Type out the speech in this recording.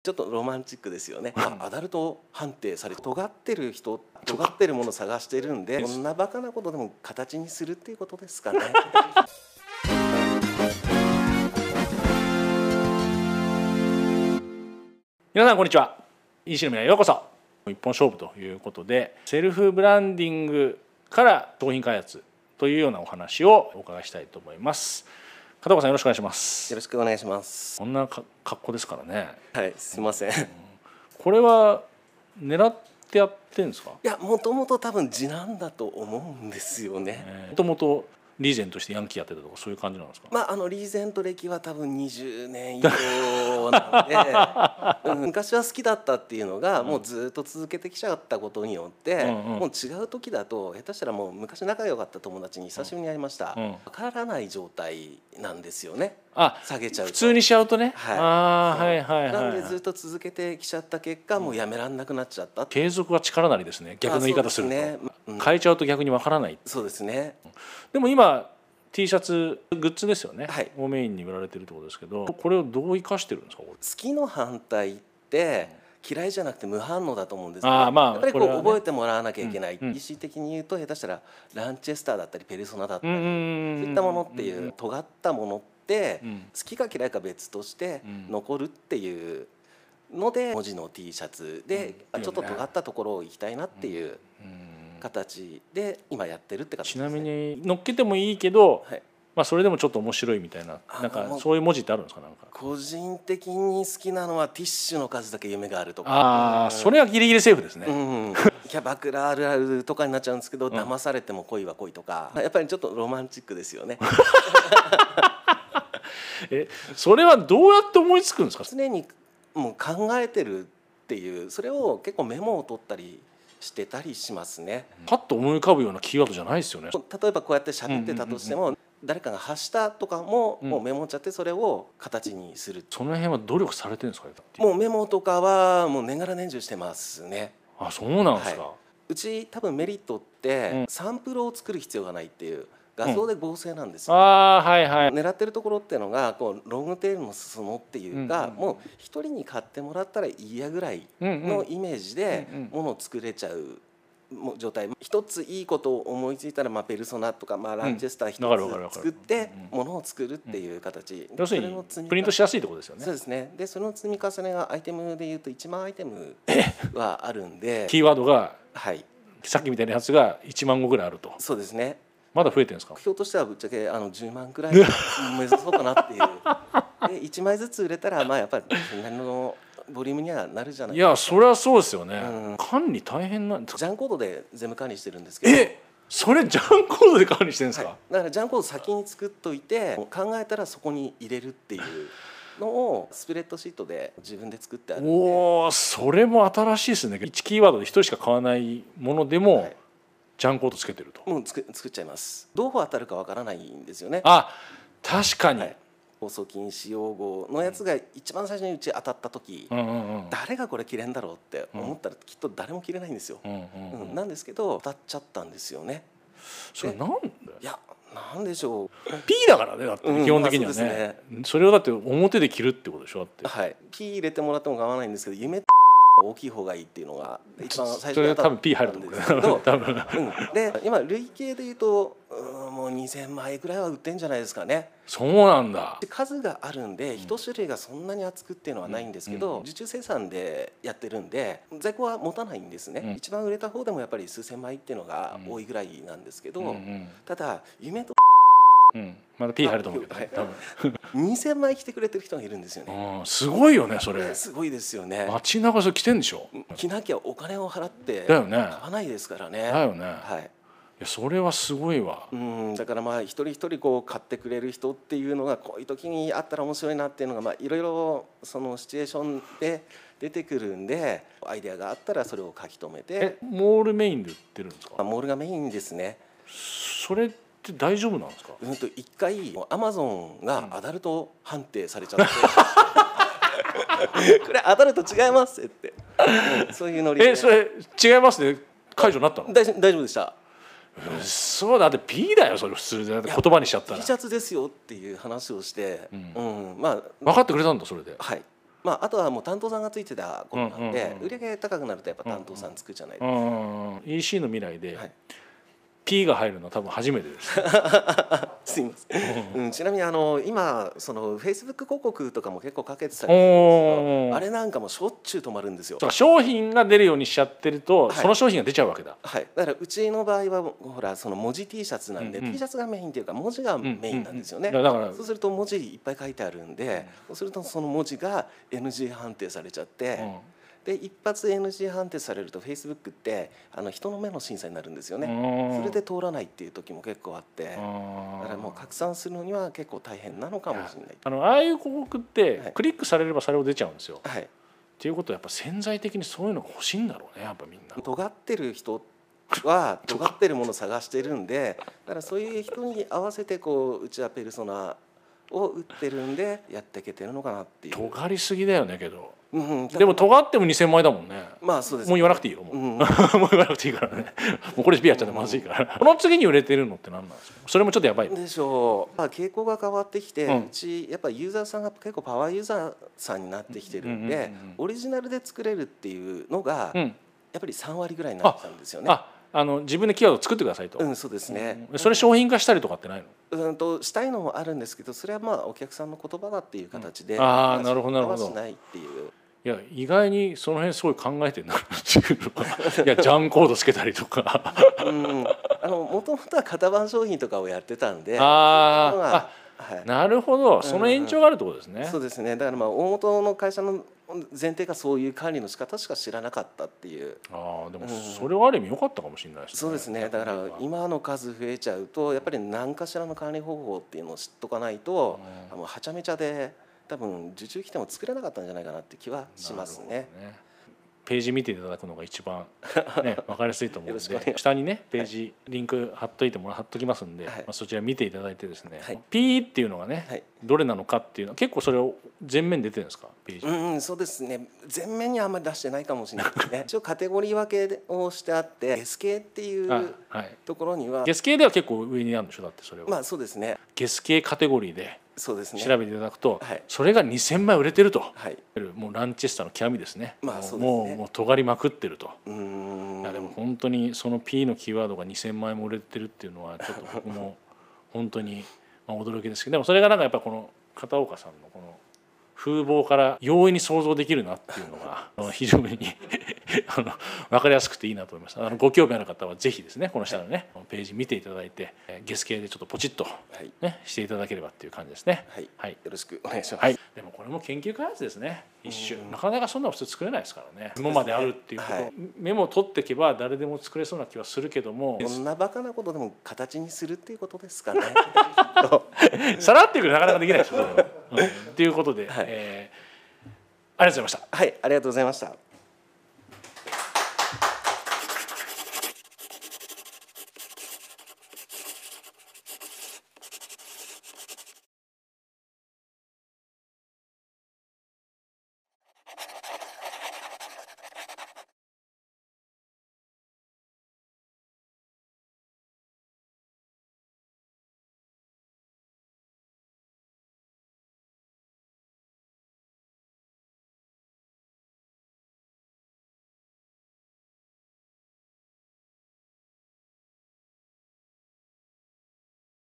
ちょっとロマンチックですよね、まあアダルト判定されて尖ってる人尖ってるもの探してるんでこんなバカなことでも形にするっていうことです かね。皆さんこんにちは EC の未来へようこそ一本勝負ということでセルフブランディングから商品開発というようなお話をお伺いしたいと思います片岡さんよろしくお願いしまよすろしくお願いします。こんなか格好ですからねはい、すいません。これは狙ってやってるんですかいや、もともと多分次男だと思うんですよね。もともとリーゼンとしてヤンキーやってたとかそういう感じなんですか、まあ、あのリーゼント歴は多分20年以上なん で、うん昔は好きだったっていうのがもうずっと続けてきちゃったことによって、うんうんもう違う時だと下手したらもう昔仲良かった友達に久しぶりに会いました、うわんからない状態なんですよねあ下げちゃうと普通にしちゃうとね、はいあーはいはいなはんいではずっいと続けてきちゃった結果、もうやめらんなくなっちゃったって継続は力なりですね逆の言い方するとあそうですねうん変えちゃうと逆にわからないそうですねでも今 T シャツグッズですよね、はいをメインに売られてるってことですけどこれをどう生かしてるんですかこれ好きの反対って嫌いじゃなくて無反応だと思うんですけどああまあやっぱりここうれはね覚えてもらわなきゃいけない、うんうん意思的に言うと下手したらランチェスターだったりペルソナだったり、うんうんそういったものっていう、尖ったものって、うん好きか嫌いか別としてうん残るっていうので文字の T シャツで、うあんちょっと尖ったところを行きたいなっていううん形で今やってるって形でちす、ね、なみに乗っけてもいいけど、はいまあ、それでもちょっと面白いみたいなあなんかもうそういう文字ってあるんですかなんか個人的に好きなのはティッシュの数だけ夢があるとかああそれはギリギリセーフですね、うん、 キャバクラあるあるとかになっちゃうんですけど、騙されても恋は恋とかやっぱりちょっとロマンチックですよねえそれはどうやって思いつくんですか常にもう考えてるっていうそれを結構メモを取ったりしてたりしますねパッと思い浮かぶようなキーワードじゃないですよね例えばこうやって喋ってたとしても、誰かが発したとかも、うんもうメモっちゃってそれを形にするその辺は努力されてるんですかもうメモとかはもう年がら年中してますねあそうなんですか、はうち多分メリットっうんてサンプルを作る必要がないっていう画像で合成なんですよああはいはい狙ってるところっていうのがこうロングテールの裾野っていうか、うんうんもう一人に買ってもらったらいいやぐらいうんうんのイメージでうんうんものを作れちゃう。もう状態一ついいことを思いついたら、まあ、ペルソナとか、まあ、ランチェスターわかるわかるわ一かつる作ってうものを作るっていう形、要するそれのに積み重ねプリントしやすいってことですよねそうですねでその積み重ねがアイテムでいうと1万アイテムはあるんでキーワードがはいさっきみたいなやつが1万個ぐらいあるとそうですねまだ増えてるんですか目標としてはぶっちゃけあの10万くらい目指そうかなっていうで1枚ずつ売れたらまあやっぱりそれなりのボリュームにはなるじゃないいジやそりゃそうですよね、うん管理大変なんですかャンコードで全部管理してるんですけどえそれジャンコードで管理してるんですか、はいだからジャンコード先に作っといて考えたらそこに入れるっていうのをスプレッドシートで自分で作ってあるおおそれも新しいですね1キーワードで1人しか買わないものではも、いジャンコードつけてると、もう作作っちゃいますどう当たるかわからないんですよねあ確かに、はい放送禁止用語のやつが一番最初にうち当たった時、うんうんうん誰がこれ着れんだろうって思ったらきっと誰も着れないんですよ、うんうんう、うんんなんですけど歌っちゃったんですよねそれなんいやなんでしょ P だからねだって、うん基本的にはまあね,、そそうでれをだって表で着るってことでしょだってうはいピー入れてもらっても構わないんですけど夢大きい方がいいっていうのが一番最初それには当た多っ分た P 入るとん思ですけうど多分うん、で今累計で言うとうんもう2,000枚ぐらいは売ってんじゃないですかねそうなんだで数があるんで一種類がそんなに厚くっていうのはないんですけど、うんうん受注生産でやってるんで在庫は持たないんですね、うん一番売れた方でもやっぱり数千枚っていうのが多いぐらいなんですけど、うんうんただ夢とうん、まだ P 入ると思うけど、はねい、多分2,000枚来てくれてる人がいるんですよねうんすごいよねそ れすごいですよね。街中それ来てんでしょ着なきゃお金を払ってだ買よねわないですからね。だよね、い、はい。やそれはすごいわうん、だからまあ一人一人こう買ってくれる人っていうのがこういう時にあったら面白いなっていうのがまあいろいろそのシチュエーションで出てくるんでアイデアがあったらそれを書き留めてえモールメインで売ってるんですまあかモールがメインですね。それって大丈夫なんですかうんと一回アマゾンがアダルト判定されちゃって、 これアダルト違いますって、うんそういうノリでえそれ違いますね解除になったの大丈夫大丈夫でした。そうだって P だよそれ普通でだって言葉にしちゃった T らシャツですよっていう話をして、ううんんまあ分かってくれたんだそれではい、まあ、あとはもう担当さんがついてたことなんで、うんうんうん売り上げ高くなるとやっぱ担当さんつくじゃないですうん EC の未来でか、はい P が入るのは多分初めてです。すいません、うん、ちなみにあの今そのフェイスブック広告とかも結構かけてたりするんですけおーどあれなんかもしょっちゅう止まるんですよそうか商品が出るようにしちゃってると、はいその商品が出ちゃうわけだ。はい、だからうちの場合はほらその文字 T シャツなんで、うんうん T シャツがメインっていうか文字がメインなんですよね、うんうんだからそうすると文字いっぱい書いてあるんで、そうするとその文字が NG 判定されちゃって、で一発 NG 判定されると Facebook ってあの人の目の審査になるんですよね、それで通らないっていう時も結構あって、だからもう拡散するのには結構大変なのかもしれない。あのああいう広告って、はいクリックされればそれを出ちゃうんですよ。っはい、ていうことはやっぱ潜在的にそういうのが欲しいんだろうねやっぱみんな。尖ってる人は尖ってるものを探してるんでだからそういう人に合わせてこううちはペルソナを打ってるんでやっていけてるのかなっていう、尖りすぎだよねけど。うん、でも尖っても2000枚だもんね。まあそうですもう言わなくていいよもう。うん、 もう言わなくていいからね。もうこれ P やっちゃってまずいから。この次に売れてるのって何なんですか。それもちょっとやばい。でしょう、まあ、傾向が変わってきて、ううんちやっぱユーザーさんが結構パワーユーザーさんになってきてるんで、うんうんうんうんオリジナルで作れるっていうのが、うやん。っぱり3割ぐらいになってたんですよね。ああの自分でキーワードを作ってくださいと、うん、そうですね、うんそれ商品化したりとかってないのうんとしたいのもあるんですけどそれはまあお客さんの言葉だっていう形で、うんあーなるほどなるほど話しないっていういや意外にその辺すごい考えてるなっていうの がいやジャンコードつけたりとかうんあのもともとは型番商品とかをやってたんであところーがあはいなるほどその延長があるってことですね、そうですねだからまあ大元の会社の前提がそういう管理の仕方しか知らなかったっていうああでうもんそれはある意味良かったかもしれないですねそうですねだから今の数増えちゃうとやっぱり何かしらの管理方法っていうのを知っとかないと、うもうはちゃめちゃで多分受注規定も作れなかったんじゃないかなって気はしますなるね。ほどねページ見ていただくのが一番、 ね、分かりやすいと思うよろしくおの願いしで下にねページ、リンク貼っといてもら貼っときますんで、はいまあ、そちら見ていただいてですね、はいピーっていうのがね、はいどれなのかっていうのは結構それを全面に出てるんですかページ、うんうん、そうですね全面にはあんまり出してないかもしれない ですね一応カテゴリー分けをしてあって S 系っていあうはいところにはゲス系では結構上にあるんでしょだってそれは、まあそうですねゲス系カテゴリーでそうですね調べていただくと、はいそれが2,000枚売れてると、はいもうランチェスターの極みですね,、まあそうですねもうもう尖りまくってると、うーんいやでも本当にその P のキーワードが2,000枚も売れてるっていうのはちょっと僕も本当にまあ驚きですけどでもそれがなんかやっぱこの片岡さんのこの風貌から容易に想像できるなっていうの があの非常に あの分かりやすくていいなと思いましたあのご興味ある方はぜひですねこの下のね、ページ見ていただいてえーゲス系でちょっとポチッと、はいね、していただければっていう感じですね。はい、はいよろしくお願いします、はい、でもこれも研究開発ですね一種なかなかそんなの普通作れないですからねメモまであるっていうこと、はいメモを取っていけば誰でも作れそうな気はするけどもこんなバカなことでも形にするっていうことですかね さらっていくのなかなかでき ないでしょそれは。うんと、いうことで、はいえーありがとうございました。はいありがとうございました